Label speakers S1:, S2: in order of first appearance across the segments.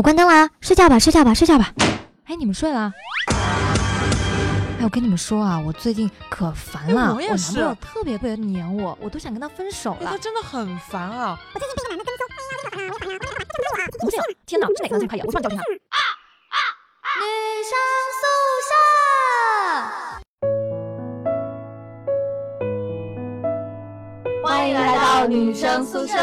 S1: 我关灯了啊，睡觉吧，睡觉吧，睡觉吧。哎，你们睡了啊？哎，我跟你们说啊，我最近可烦了，
S2: 哎我也
S1: 男朋
S2: 是
S1: 友特别不黏我，我都想跟他分手
S2: 哎，他
S3: 哦
S1: 了。
S2: 真的很烦啊！
S1: 不是，天哪，是哪个男生拍的？我突然叫停他。
S4: 女生宿舍，欢迎来到女生宿舍。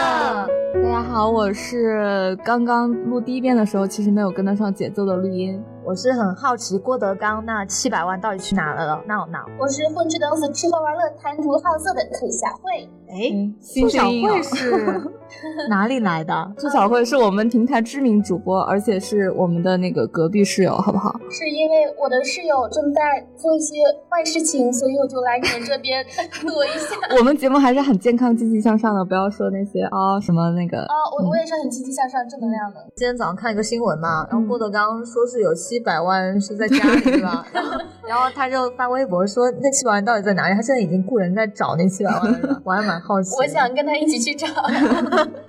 S5: 大家好，我是刚刚录第一遍的时候，其实没有跟得上节奏的录音。
S3: 我是很好奇郭德纲那七百万到底去哪了了？闹闹，
S6: 我是混吃等死、吃喝玩乐、谈吐好色的兔小慧。
S3: 哎，
S5: 嗯新声音、啊。
S3: 是哪里来 的？
S5: 祝小慧是我们平台知名主播，而且是我们的那个隔壁室友，好不好？
S6: 是因为我的室友正在做一些坏事情，所以我就来你们这 边躲一下。
S5: 我们节目还是很健康、积极向上的，不要说那些啊、什么那个。
S6: 啊、我我也是很积极向上、正能量的。
S3: 今天早上看一个新闻
S4: 嗯
S3: 嘛，然后郭德纲说是有七百万是在家里 是吧？然后然后他就发微博说那七百万到底在哪里？他现在已经雇人在找那七百万了是吧，我还蛮好奇的。
S6: 我想跟他一起去找。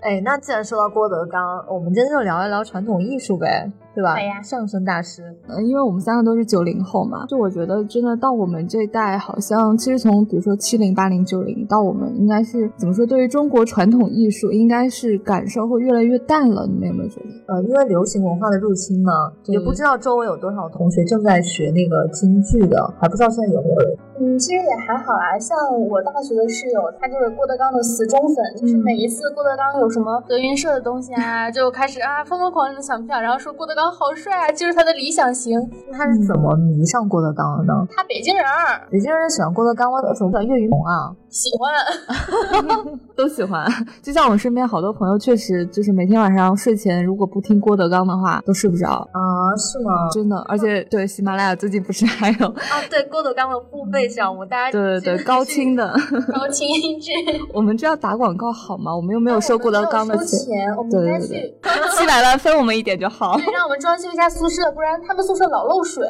S3: 哎，那既然说到郭德纲，我们今天就聊一聊传统艺术呗，对吧？
S6: 好呀
S3: 相声大师，
S5: 嗯，因为我们三个都是九零后嘛，就我觉得真的到我们这一代，好像其实从比如说七零、八零、九零到我们，应该是怎么说？对于中国传统艺术，应该是感受会越来越淡了。你们有没有觉得？
S3: 呃，因为流行文化的入侵嘛，
S5: 对
S3: 也不知道周围有多少同学正在学那个京剧的，还不知道现在有没有人。
S6: 嗯，其实也还好啦。像我大学的室友，他就是郭德纲的死忠粉，就是每一次郭德纲有什么德云社的东西啊，就开始啊疯疯狂狂的抢票，然后说郭德纲好帅啊，就是他的理想型。
S3: 他是怎么迷上郭德纲的呢？
S6: 他北京人儿，
S3: 北京人喜欢郭德纲，我怎么叫岳云鹏啊？
S6: 喜欢。
S5: 都喜欢， 就像我身边好多朋友，确实就是每天晚上睡前如果不听郭德纲的话，都睡不着，
S3: 啊，是吗？
S5: 真的。而 且对喜马拉雅最近不是还 有
S3: 啊，对，郭德纲的付费项目，大家
S5: 对对对高清的，
S6: 然后清音质，
S5: 我们这要打广告好吗？我们又 没有收郭德纲的
S6: 我们没有收
S5: 钱，
S6: 钱，我们应该
S5: 对对
S6: 去，
S5: 七百万分我们一点就好。
S6: 对，让我们装修一下宿舍，不然他们宿舍老漏水。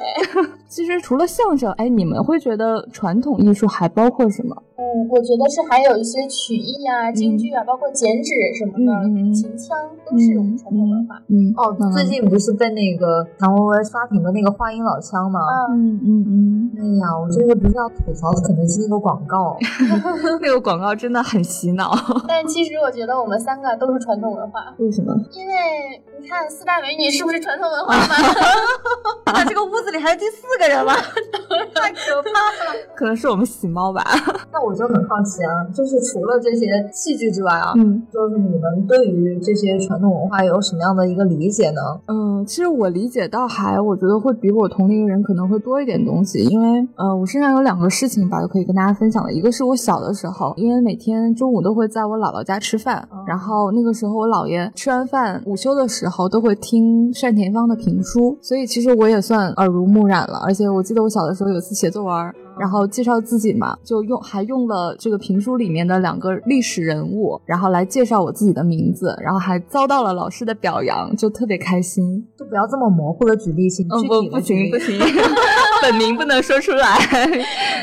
S5: 其实除了相声，哎，你们会觉得传统艺术还包括什么？
S6: 嗯，我觉得是还有一些曲艺啊、京剧啊，包括剪纸什么的，
S5: 嗯嗯嗯嗯
S6: 秦腔都是我们传统文化。
S5: 嗯
S3: 哦，最近不是被那个谭维维刷屏的那个话音老腔吗？
S6: 嗯，
S5: 嗯嗯
S3: 哎呀，我真的不知道吐槽肯德基那个广告，
S5: 嗯，那个广告真的很洗脑。
S6: 嗯但其实我觉得我们三个都是传统文化，
S5: 为什 么？
S6: 因为你看四大美女是不是传统文化嘛？
S3: 啊，这个屋子里还有第四个人吗？太可怕了！
S5: 可能是我们喜猫吧。
S3: 那我就很好奇啊，就是除了这些戏剧之外啊，
S5: 嗯。
S3: 就是你们对于这些传统文化有什么样的一个理解呢？
S5: 嗯，其实我理解到还，我觉得会比我同龄人可能会多一点东西，因为呃，我身上有两个事情吧，可以跟大家分享的。一个是我小的时候，因为每天中午都会在我姥姥家吃饭，然后那个时候我姥爷吃完饭午休的时候都会听单田芳的评书，所以其实我也算耳濡目染了。而且我记得我小的时候有一次写作文儿，然后介绍自己嘛，就用还用了这个评书里面的两个历史人物，然后来介绍我自己的名字，然后还遭到了老师的表扬，就特别开心。
S3: 就不要这么模糊的举例，请具体的举例。
S5: 嗯呃行， 本名不能说出来。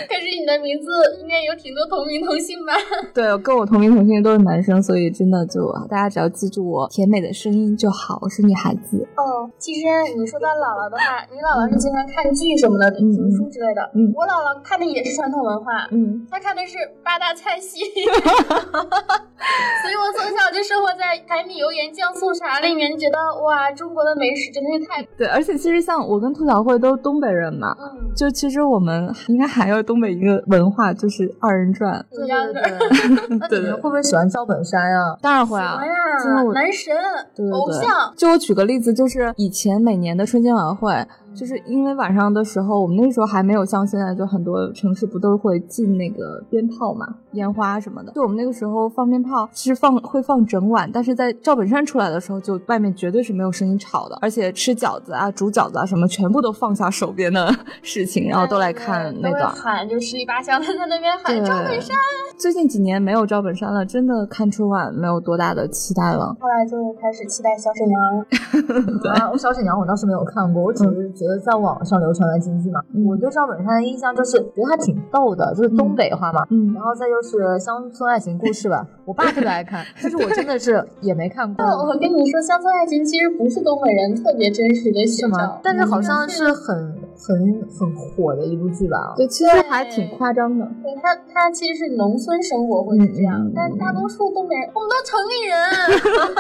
S6: 可是你的名字应该有挺多同名同姓吧？
S5: 对，跟我同名同姓都是男生，所以真的就大家只要记住我甜美的声音就好，我是女孩子。
S6: 哦，其实你说到姥姥的话，你姥姥是经常看剧什么的，
S5: 嗯
S6: 评书之类的。
S5: 嗯
S6: 我姥姥看的也是传统文化，
S5: 嗯，
S6: 她看的是八大 菜系，所以我从小就生活在柴米油盐酱醋茶里面，觉得哇，中国的美食真的是太……
S5: 对，而且其实像我跟兔小慧都是东北人嘛。
S6: 嗯，
S5: 就其实我们应该还有东北一个文化，就是二人转。
S3: 对
S6: 一样的。
S3: 对对，那
S5: 对
S3: 你们会不会喜欢赵本山啊？
S5: 当然会啊，
S6: 哎
S5: 真的
S6: 呀
S5: 我，
S6: 男神
S5: 对对对
S6: 偶像，
S5: 就我举个例子，就是以前每年的春节晚会，就是因为晚上的时候，我们那时候还没有像现在，就很多城市不都会进那个鞭炮嘛、烟花什么的。就我们那个时候放鞭炮，其实放会放整晚，但是在赵本山出来的时候，就外面绝对是没有声音吵的，而且吃饺子啊、煮饺子啊什么，全部都放下手边的 事情，然后哦都来看那
S6: 都会
S5: 段。
S6: 喊就十里八乡的在那边喊
S5: 对
S6: 赵本山，
S5: 最近几年没有赵本山了，真的看春晚没有多大的期待了。
S6: 后来就开始期待小沈阳。
S5: 嗯
S3: 啊，我小沈阳我倒是没有看过，我只是觉得在网上流传的京剧嘛。
S5: 嗯
S3: 我对赵本山的印象就是觉得他挺逗的，就是东北话嘛。
S5: 嗯
S3: 然后再就是《乡村爱情故事》吧， 我爸特别爱看，但是我真的是也没看过。
S6: 哦我跟你说，《乡村爱情》其实不是东北人特别真实的写
S3: 是吗
S6: 照？，
S3: 但是好
S6: 嗯
S3: 像是很很很火的一部剧吧？
S5: 对，其实还挺夸张的。
S6: 对他，他其实是农村生活会是这样，
S5: 嗯嗯嗯
S6: 但大多数东北人，我们都城里人，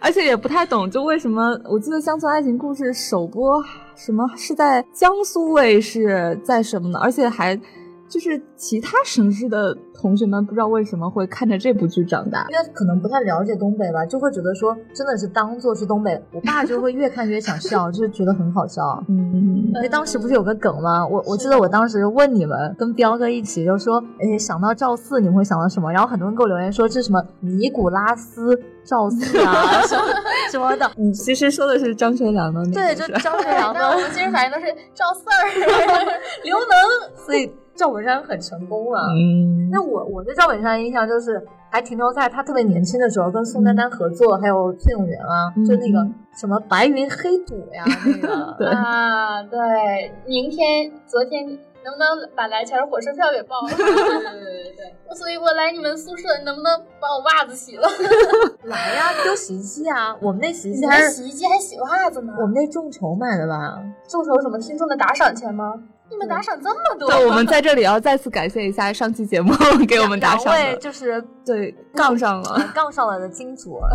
S5: 而且也不太懂，就为什么我记得《乡村爱情故事》首播什么是在江苏卫视，在什么呢？而且还就是其他省市的同学们不知道为什么会看着这部剧长大。
S3: 因为可能不太了解东北吧，就会觉得说真的是当做是东北。我爸就会越看越想笑，就是觉得很好笑。啊
S5: 嗯，
S3: 因为哎当时不是有个梗吗？我我记得我当时问你们，跟彪哥一起就说，诶，想到赵四你们会想到什么？然后很多人给我留言说这是什么尼古拉斯赵四啊 什么什么的。
S5: 你嗯其实说的是张学良的那
S3: 对，
S5: 个，
S3: 就是
S5: 吧
S3: 张学
S6: 对，
S3: 良
S6: 但我
S3: 的，
S6: 们其实反应都是赵四儿、刘能，
S3: 所以赵本山很成功啊。
S5: 嗯，
S3: 那我我对赵本山的印象就是还停留在他特别年轻的时候，跟宋丹丹合作，还有崔永元啊，
S5: 嗯
S3: 就那个什么白云黑土呀，那个
S5: 对
S6: 啊，对，明天、昨天能不能把来钱儿火车票给报了？所 以我来你们宿舍，你能不能把我袜子洗了？
S3: 来呀，丢洗衣机啊！我们那洗衣
S6: 你
S3: 机
S6: 还
S3: 还是
S6: 洗衣机还洗袜子呢？
S3: 我们那众筹买的吧？
S6: 众筹什么听众的打赏钱吗？你们打赏这么多，
S5: 对，我们在这里要再次感谢一下上期节目给我们打赏
S3: 两位
S5: 的，
S3: 就是
S5: 对，杠上了，
S3: 杠上来的金主，啊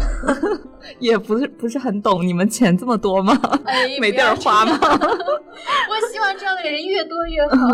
S5: 也不是不是很懂，你们钱这么多吗？
S6: 哎
S5: 没地儿花？吗
S6: 不要这样 我希望这样的人越多越好。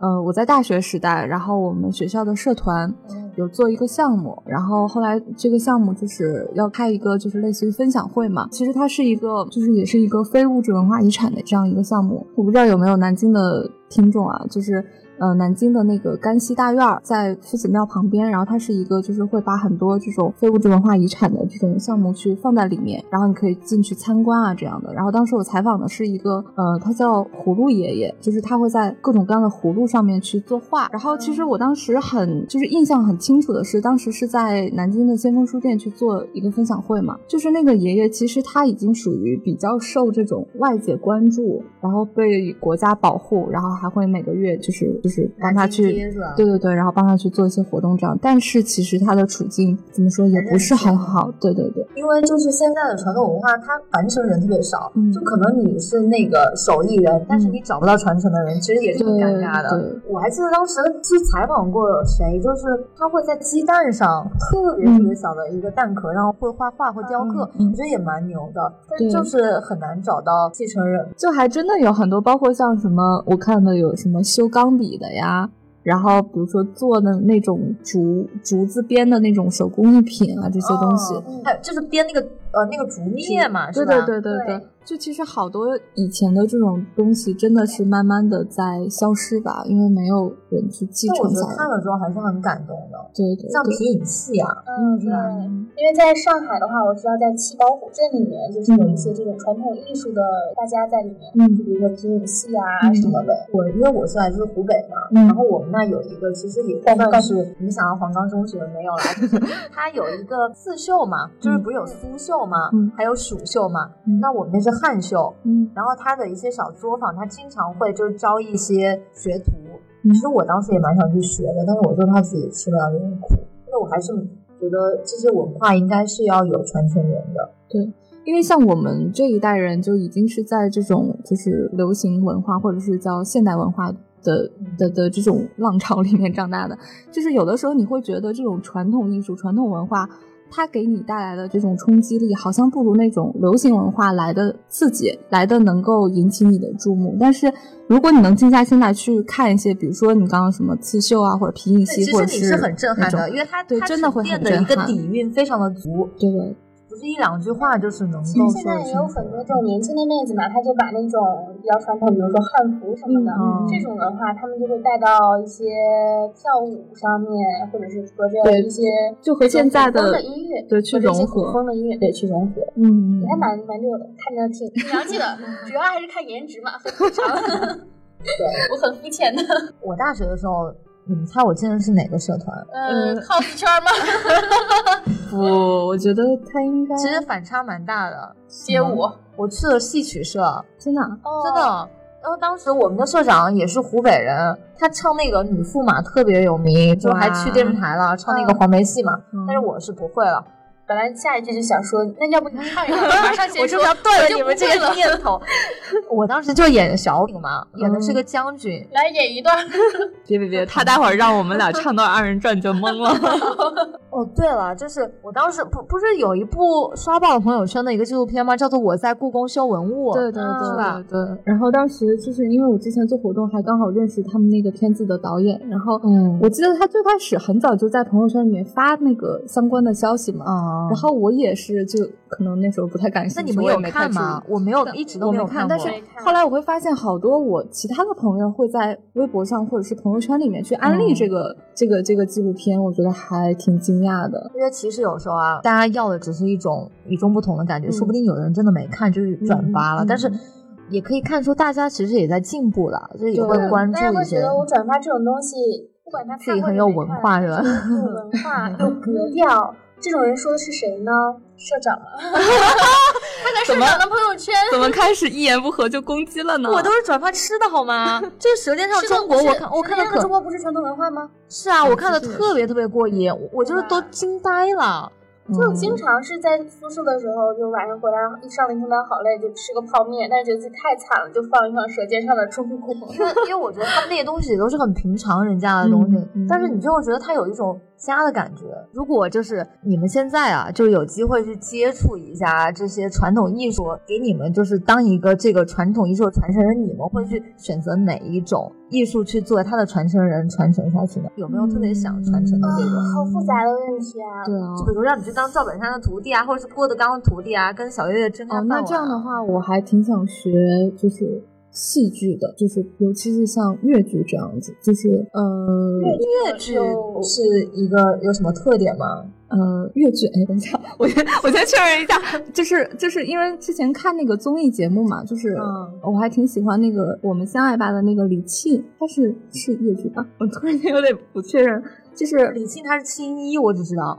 S5: 呃，我在大学时代，然后我们学校的社团有做一个项目，然后后来这个项目就是要开一个就是类似于分享会嘛，其实它是一个就是也是一个非物质文化遗产的这样一个项目，我不知道有没有南京的听众啊，就是。呃，南京的那个甘溪大院儿在夫子庙旁边，然后它是一个就是会把很多这种非物质文化遗产的这种项目去放在里面，然后你可以进去参观啊这样的。然后当时我采访的是一个呃，他叫葫芦爷爷，就是他会在各种各样的葫芦上面去作画。然后其实我当时很就是印象很清楚的是，当时是在南京的先锋书店去做一个分享会嘛，就是那个爷爷其实他已经属于比较受这种外界关注，然后被国家保护，然后还会每个月就是就是帮他
S3: 拿金
S5: 去
S3: 贴是吧
S5: 对对对，然后帮他去做一些活动这样。但是其实他的处境怎么说也不是很好，对对对，
S3: 因为就是现在的传统文化，它传承人特别少，
S5: 嗯
S3: 就可能你是那个手艺人，但是你找不到传承的人，其实也是很尴尬
S5: 对
S3: 的
S5: 对。
S3: 我还记得当时是采访过谁，就是他会在鸡蛋上特别特别小的一个蛋壳，然后会画画或雕刻，
S5: 嗯嗯嗯
S3: 我觉得也蛮牛的，但是
S5: 对
S3: 就是很难找到继承人。
S5: 就还真的有很多，包括像什么我看到有什么修钢笔的呀。然后，比如说做的那种竹竹子编的那种手工艺品啊，这些东西，
S3: 哦还有就是编那个呃那个竹篾嘛，
S5: 对
S3: 是吧
S5: 对对对对，就其实好多以前的这种东西，真的是慢慢的在消失吧，因为没有人去继
S3: 但我
S5: 承
S3: 觉
S5: 下
S3: 得看
S5: 来。
S3: 了之后还是很感动的，
S5: 对对
S3: 像
S5: 对，
S3: 皮影戏啊，
S6: 嗯，对，
S5: 嗯
S6: 因为在上海的话，我知道在七宝古镇里面，就是有一些这种传统艺术的，大家在里面，就比如说皮影戏啊
S5: 嗯
S6: 什么的。
S3: 我因为我是来自湖北嘛，
S5: 嗯
S3: 然后我们那有一个其实也算是你想要黄冈中学没有啦， 就是它有一个刺绣嘛，就是不是有苏绣嘛，
S5: 嗯
S3: 还有蜀绣嘛，
S5: 嗯
S3: 那我们那是汉绣，
S5: 嗯
S3: 然后它的一些小作坊，它经常会就是招一些学徒，
S5: 嗯
S3: 其实我当时也蛮想去学的，但是我就怕自己吃不了有点苦，但是我还是觉得这些文化应该是要有传承人的，
S5: 因为像我们这一代人就已经是在这种就是流行文化或者是叫现代文化的的的这种浪潮里面长大的，就是有的时候你会觉得这种传统艺术、传统文化。它给你带来的这种冲击力，好像不如那种流行文化来的刺激，来的能够引起你的注目。但是，如果你能静下心来去看一些，比如说你刚刚什么刺绣啊，或者皮影
S3: 对，
S5: 戏，
S3: 其
S5: 或
S3: 实
S5: 者
S3: 你是很震撼
S5: 那
S3: 的，
S5: 种
S3: 因为它
S5: 对
S3: 它
S5: 真的
S3: 沉
S5: 会
S3: 淀
S5: 很
S3: 的一个
S5: 震撼
S3: 底蕴非常的足，
S5: 对对
S3: 不是一两句话就是能
S6: 其
S3: 够
S6: 实现
S3: 说得
S6: 在也
S3: 清
S6: 有
S5: 嗯
S3: 楚
S6: 很多这种年轻的妹子嘛，她就把那种比较传统，比如说汉服什么的，
S5: 嗯
S6: 这种的话，她们就会带到一些跳舞上面，或者是和这
S5: 对
S6: 一些
S5: 就和现在
S6: 古风的
S5: 的
S6: 音乐
S5: 对去
S6: 和这些
S5: 融合
S6: 古风的音乐对去融合。
S5: 嗯，
S6: 也还蛮蛮溜的，看着挺挺洋气 的，主要还是看颜值嘛，很正常。 我很肤浅的，
S3: 我大学的时候，你们猜我进的是哪个社团？
S6: 嗯
S5: 嗯
S6: ，cos 圈吗？
S5: 不，我觉得它应该
S3: 其实反差蛮大的。嗯
S6: 街舞，哦
S3: 我去了戏曲社，
S5: 真的啊、
S3: 真的，然后当时我们的社长也是湖北人，他唱那个《女驸马》特别有名，就还去电视台了，唱那个黄梅戏嘛。但是我是不会了，
S6: 本来下一句就想说，那要不你唱一 个，马上
S3: 我
S6: 先
S3: 就
S6: 说，
S3: 要断
S6: 我
S3: 了
S6: 就
S3: 你们
S6: 不
S3: 这
S6: 会
S3: 个
S6: 了
S3: 念头。我当时就演小品嘛，演的是个将军，
S6: 来演一段。
S5: 别别别，他待会儿让我们俩唱到二人转就懵 了。
S3: 哦，对了，就是我当时不不是有一部刷爆了朋友圈的一个纪录片吗？叫做《我在故宫修文物》。
S5: 对对
S3: 是吧
S5: 对对对。然后当时就是因为我之前做活动，还刚好认识他们那个片子的导演，然后
S3: 嗯
S5: 我记得他最开始很早就在朋友圈里面发那个相关的消息嘛。
S3: 啊
S5: 然后我也是，就可能那时候不太感兴趣。
S3: 那你们
S5: 我也
S3: 有
S5: 没太
S3: 看
S5: 注意
S3: 吗？我没有，一直都
S5: 我
S3: 没
S5: 没
S3: 有
S5: 看，
S3: 过
S5: 但是
S6: 没看
S5: 后来我会发现，好多我其他的朋友会在微博上或者是朋友圈里面去安利
S3: 嗯
S5: 这个、这个这个纪录片，我觉得还挺惊讶的。
S3: 因为其实有时候啊，大家要的只是一种与众不同的感觉，
S5: 嗯
S3: 说不定有人真的没看就是转发了，
S5: 嗯嗯嗯
S3: 但是也可以看出大家其实也在进步了，就是也会
S5: 对
S3: 关注
S6: 大家会
S3: 一
S6: 觉
S3: 些
S6: 得。我转发这种东西，不管他看
S3: 自己
S6: 或
S3: 很
S6: 者
S3: 有
S6: 没
S3: 文
S6: 看
S3: 化是 吧
S6: 就是有文化， 有格调。这种人说的是谁呢？社长啊！ 他在社长的朋友圈，
S5: 怎么开始一言不合就攻击了呢
S3: 我都是转发吃的好 吗？这《舌尖上
S6: 是
S3: 的
S6: 的
S3: 中国
S6: 不》，是
S3: 我看我
S6: 是
S3: 看
S6: 的
S3: 的
S6: 那个中
S3: 可
S6: 国不是传统文化吗？
S3: 是啊啊，我看的
S5: 其实也
S3: 特别特别过瘾，我我就是都惊呆 了。
S6: 嗯就经常是在宿舍的时候，就晚上回来一上了一天班，好累，就吃个泡面，但是觉得自己太惨了，就放一放《舌尖上的中国》。
S3: 因为因为我觉得他们那些东西也都是很平常人家的东西，
S5: 嗯嗯
S3: 但是你就会觉得它有一种家的感觉。如果就是你们现在啊，就是有机会去接触一下这些传统艺术，给你们就是当一个这个传统艺术的传承人，你们会去选择哪一种艺术去作为它的传承人传承下去呢？有没有特别想传承的
S6: 啊
S3: 这种？，
S6: 好复杂的问题啊！
S5: 对啊
S3: 就。比如让你去当赵本山的徒弟啊，或者是郭德纲的徒弟啊，跟小岳岳争
S5: 哦
S3: 干，饭碗啊、
S5: 那这样的话，我还挺想学，就是戏剧的，就是尤其是像越剧这样子，就是呃
S3: 粤剧是一个有什么特点吗？
S5: 呃越剧，哎，等一下，我先我先确认一下，就是就是因为之前看那个综艺节目嘛，就是、
S3: 嗯
S5: 我还挺喜欢那个《我们相爱吧》的那个李沁，她是是越剧吧？嗯我突然间有点不确认，就是
S3: 李沁她是青衣，我只知道。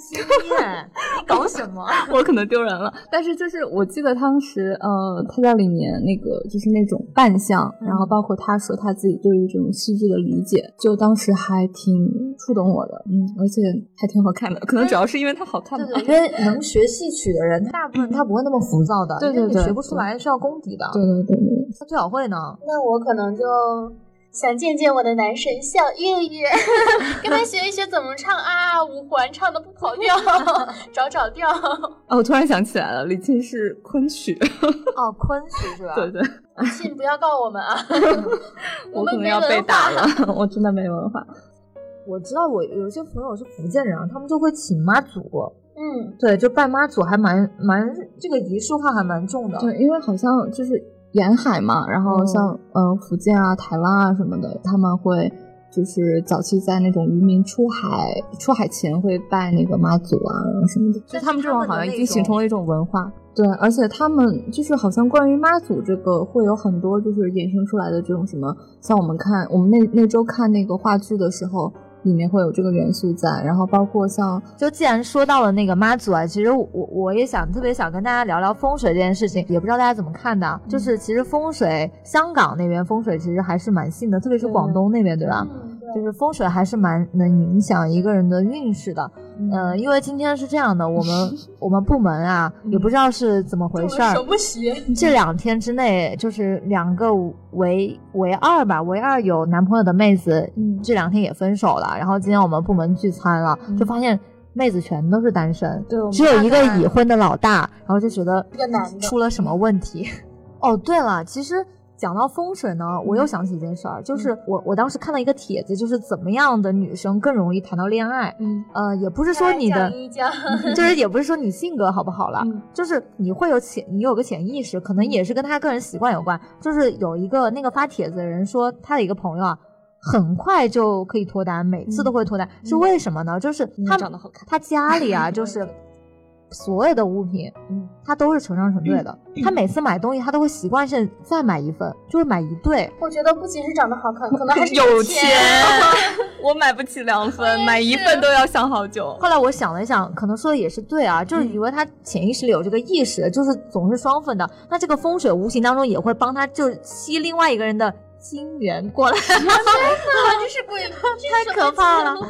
S3: 青衣哎，你搞什么？啊
S5: 我可能丢人了，但是就是我记得当时，呃，他在里面那个就是那种扮相，然后包括他说他自己对于这种戏剧的理解，就当时还挺触动我的，嗯，而且还挺好看的，可能主要是因为他好看
S3: 对
S5: 吧。
S3: 对，因为能学戏曲的人，大部分他不会那么浮躁的，
S5: 对
S3: 因
S5: 对
S3: 为你
S5: 对
S3: 学不出来是要功底的。
S5: 对对对对，
S3: 那最好会呢，
S6: 那我可能就想见见我的男神小岳岳， 跟他学一学怎么唱啊，五环唱的不跑调， 找找调。
S5: 哦，我突然想起来了，李沁是昆曲，
S3: 哦，昆曲是吧？
S5: 对对，
S6: 信不要告我们啊，
S5: 我可
S6: 们
S5: 能
S6: 没
S5: 要被
S6: 文化。
S5: 打了， 我真的没文化。
S3: 我知道我有一些朋友是福建人啊，他们就会请妈祖，
S6: 嗯，
S3: 对，就拜妈祖还蛮蛮这个仪式化还蛮重的。
S5: 对，因为好像就是沿海嘛，然后像嗯、呃福建啊、台湾啊什么的，他们会就是早期在那种渔民出海出海前会拜那个妈祖啊然后什么的，就
S3: 但是
S5: 他们这种
S3: 他们的
S5: 好像已
S3: 那
S5: 经形成了一种文化。对，而且他们就是好像关于妈祖这个会有很多就是衍生出来的这种什么，像我们看我们那那周看那个话剧的时候，里面会有这个元素在，然后包括像
S3: 就既然说到了那个妈祖啊，其实我我也想特别想跟大家聊聊风水这件事情，也不知道大家怎么看的啊。就是其实风水，香港那边风水其实还是蛮信的，特别是广东那边，对吧？
S6: 嗯
S3: 就是风水还是蛮能影响一个人的运势的。
S5: 嗯嗯
S3: 呃，因为今天是这样的， 我们我们部门啊，也不知道是怎么回事儿
S6: 什，么邪？
S3: 这两天之内，就是两个唯唯二吧，唯二有男朋友的妹子，
S5: 嗯
S3: 这两天也分手了。然后今天我们部门聚餐了，就发现妹子全都是单身，
S5: 对我们
S3: 只有一个已婚的老大，然后就觉得
S6: 一个男的
S3: 出了什么问题。哦，对了，其实。讲到风水呢，我又想起一件事儿，就是我我当时看到一个帖子，就是怎么样的女生更容易谈到恋爱。
S5: 嗯
S3: 呃，也不是说你的
S6: 来讲一讲，
S3: 就是也不是说你性格好不好了，
S5: 嗯
S3: 就是你会有潜，你有个潜意识，可能也是跟他个人习惯有关。就是有一个那个发帖子的人说，他的一个朋友啊，很快就可以脱单，每次都会脱单，是为什么呢？就是
S5: 嗯
S3: 他
S5: 长得好看
S3: 他家里啊，就是所有的物品，嗯，他都是成双成对的。他每次买东西，他都会习惯性再买一份，就会买一对。
S6: 我觉得不仅是长得好看，可能还是
S2: 有
S6: 钱。
S2: 我买不起两
S6: 我也
S2: 份，
S6: 是
S2: 买一份都要想好久。
S3: 后来我想了一想，可能说的也是对啊，就是因为他潜意识里有这个意识，就是总是双份的，那这个风水无形当中也会帮他就吸另外一个人的金元 过来。
S6: 啊，这是 鬼，太
S3: 太可怕了。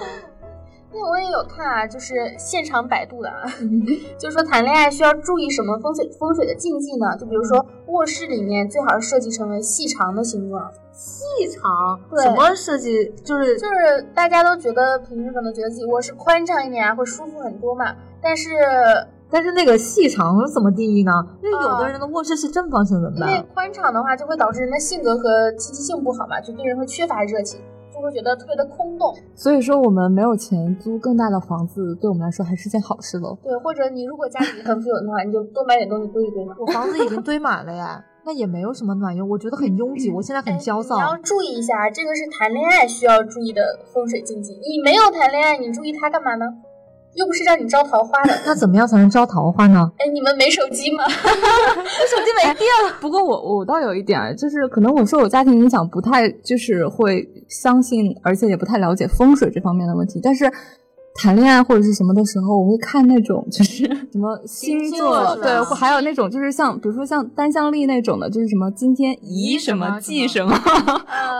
S6: 那我也有看啊，就是现场百度的啊， 就是说谈恋爱需要注意什么风水风水的禁忌呢？就比如说卧室里面最好是设计成为细长的形状，
S3: 细长，
S6: 对
S3: 什么设计就是
S6: 就是大家都觉得平时可能觉得自己卧室宽敞一点啊，会舒服很多嘛。但是
S3: 但是那个细长怎么定义呢？因为有
S6: 啊
S3: 的人的卧室是正方形，怎么
S6: 因为
S3: 办？
S6: 宽敞的话，就会导致人的性格和积极性不好嘛，就对人会缺乏热情，就会觉得特别的空洞。
S5: 所以说我们没有钱租更大的房子，对我们来说还是件好事喽。
S6: 对，或者你如果家里很富有的话，你就多买点东西堆一堆嘛。
S3: 我房子已经堆满了呀，那也没有什么暖用，我觉得很拥挤，我现在很焦
S6: 哎你
S3: 躁
S6: 要。注意一下，这个是谈恋爱需要注意的风水禁忌。你没有谈恋爱，你注意它干嘛呢？又不是让你招桃花的。
S3: 那怎么样才能招桃花呢？
S6: 哎，你们没手机吗？
S3: 手机没电了，
S5: 不过我我倒有一点，就是可能我受我家庭影响，不太就是会相信，而且也不太了解风水这方面的问题。但是谈恋爱或者是什么的时候，我会看那种就是 什么星
S6: 星座
S5: 座，
S6: 是吧
S5: 对，或还有那种就是像比如说像单向力那种的，就是什么今天宜什么忌什么，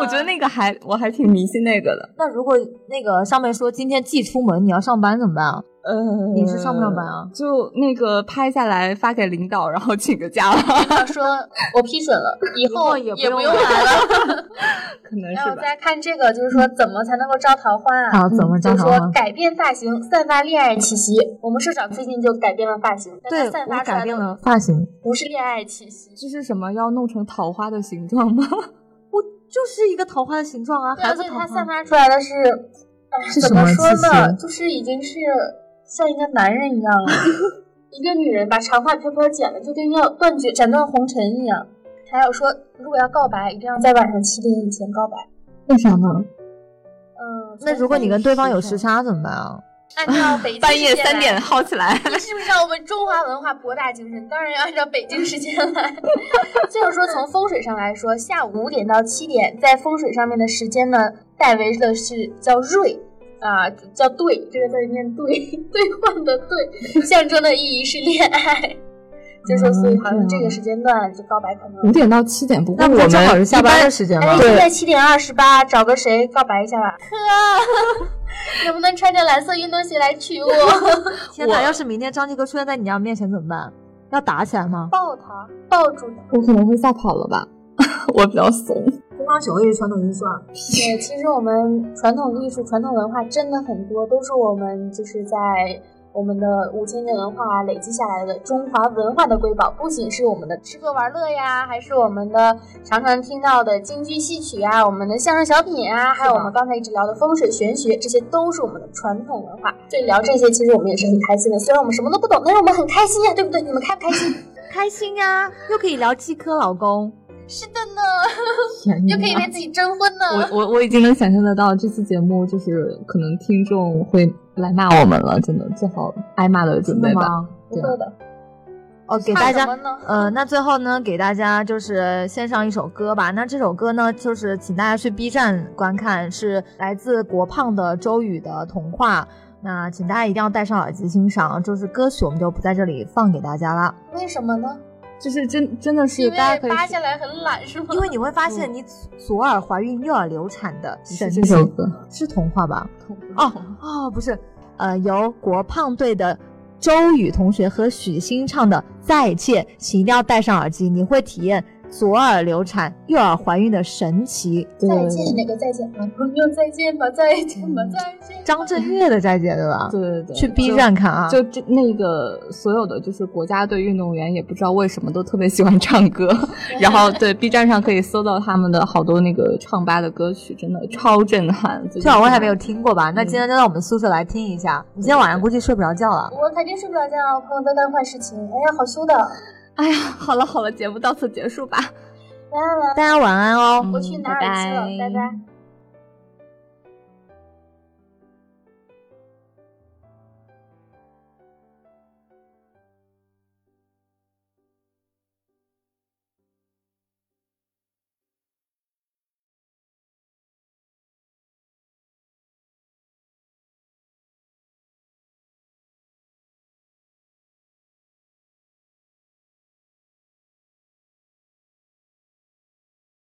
S5: 我觉得那个还我还挺迷信那个的。
S3: 那如果那个上面说今天既出门，你要上班怎么办啊？
S5: 呃，
S3: 你是上不上班啊？
S5: 就那个拍下来发给领导，然后请个假了，
S6: 他说我批准了，以后
S3: 以后
S6: 也
S3: 也
S6: 不
S3: 不
S6: 用
S3: 用
S6: 来了。
S5: 可能
S6: 然后
S5: 是吧。
S6: 再看这个，就是说怎么才能够招桃花啊？
S3: 啊，怎么
S6: 就
S3: 招
S6: 是
S3: 桃
S6: 说
S3: 花？
S6: 改变发型，散发恋爱气息。我们社长最近就改变了发型，但
S3: 对，
S6: 他散发
S3: 我
S6: 出来
S3: 改变
S6: 的
S3: 了发型，
S6: 不是恋爱气息。
S5: 这是什么？要弄成桃花的形状 吗？
S3: 就是一个桃花的形状啊，
S6: 对啊，
S3: 还不
S6: 所以
S3: 桃
S6: 它散
S3: 花。
S6: 发出来的是，哎，
S3: 是
S6: 怎
S3: 什
S6: 么
S3: 么
S6: 说呢？
S3: 气息啊
S6: 就是已经是像一个男人一 样了。一个女人把长发飘飘剪了，就跟要断绝斩断红尘一样。还有说，如果要告白，一定要在晚上七点以前告白。
S5: 为啥呢？
S6: 嗯，
S3: 那如果你跟对方有时
S6: 差，
S3: 差怎么办啊？
S6: 按照北京啊
S2: 半夜
S6: 时间来
S2: 三点，耗起来，
S6: 你 是不是让我们中华文化博大精深？当然要按照北京时间来。 就是说，从风水上来说，下午五点到七点，在风水上面的时间呢，代为的是叫瑞。啊，叫对，这个字念对， 兑换的对，象征的意义是恋爱，就说所以好像这个时间段就告白可能
S5: 五，点到七点，不 过
S3: 那不
S5: 我
S3: 就
S5: 们
S3: 正好是下
S5: 一般
S3: 班的时间
S6: 哎，
S3: 吗？
S6: 现在七点二十八，找个谁告白一下吧？哥， 能不能穿着蓝色运动鞋来娶我？
S3: 天哪！要是明天张继科出现在你家面前怎么办？要打起来吗？
S6: 抱他，抱住他。
S5: 我可能会吓跑了吧。 我比 较怂，
S3: 乒乓球也是传统艺术啊。
S6: 对，其实我们传统艺术、传统文化真的很多，都是我们就是在我们的五千年文化累积下来的中华文化的瑰宝。不仅是我们的吃喝玩乐呀，还是我们的常常听到的京剧戏曲啊，我们的相声小品啊，还有我们刚才一直聊的风水玄学，这些都是我们的传统文化。所以聊这些，其实我们也是很开心的。虽然我们什么都不懂，但是我们很开心啊呀，对不对？你们开不开心？
S3: 开心呀、又可以聊季科老公，
S6: 是的呢，又可以为自己征婚呢。
S5: 我我我已经能想象得到这期节目就是可能听众会来骂我们了，真的做好挨骂的准备吧。？
S6: 不会的，
S3: 哦，给
S6: 怕
S3: 大
S6: 什
S3: 家
S6: 么呢？
S3: 呃，那最后呢，给大家就是献上一首歌吧。那这首歌呢，就是请大家去 B 站观看，是来自国胖的周宇的《童话》。那请大家一定要戴上耳机欣赏，就是歌曲我们就不在这里放给大家了，
S6: 为什么呢？
S5: 就是真真的是
S6: 因为
S5: 大家可以
S6: 扒下来很懒是吗？
S3: 因为你会发现你左耳怀孕右耳流产的神
S5: 嗯是这首
S3: 奇
S5: 歌
S3: 是童话吧？
S5: 哦，
S3: 哦，不是，呃，由国胖队的周宇同学和许昕唱的《再见》，请一定要戴上耳机，你会体验左耳流产、右耳怀孕的神奇。
S6: 再见那个再见 吧，朋友再见吧，再见吧，再见吧。
S3: 张震岳的《再见》，对吧？
S5: 对对对，
S3: 去 B
S5: 就
S3: 站看啊。
S5: 就这那个所有的就是国家队运动员也不知道为什么都特别喜欢唱歌，然后对 B 站上可以搜到他们的好多那个唱吧的歌曲，真的超震撼。最
S3: 这晚我还没有听过吧？那今天就到我们宿舍来听一下。你今天晚上估计睡不着觉了。
S6: 我肯定睡不着觉，朋友在干坏事情，哎呀，好羞的。
S5: 哎呀， 好了好了，节目到此结束吧。嗯
S6: 来来来，
S3: 大家晚安哦。
S6: 我去拿
S5: 拜
S6: 耳机了，
S5: 拜
S6: 拜拜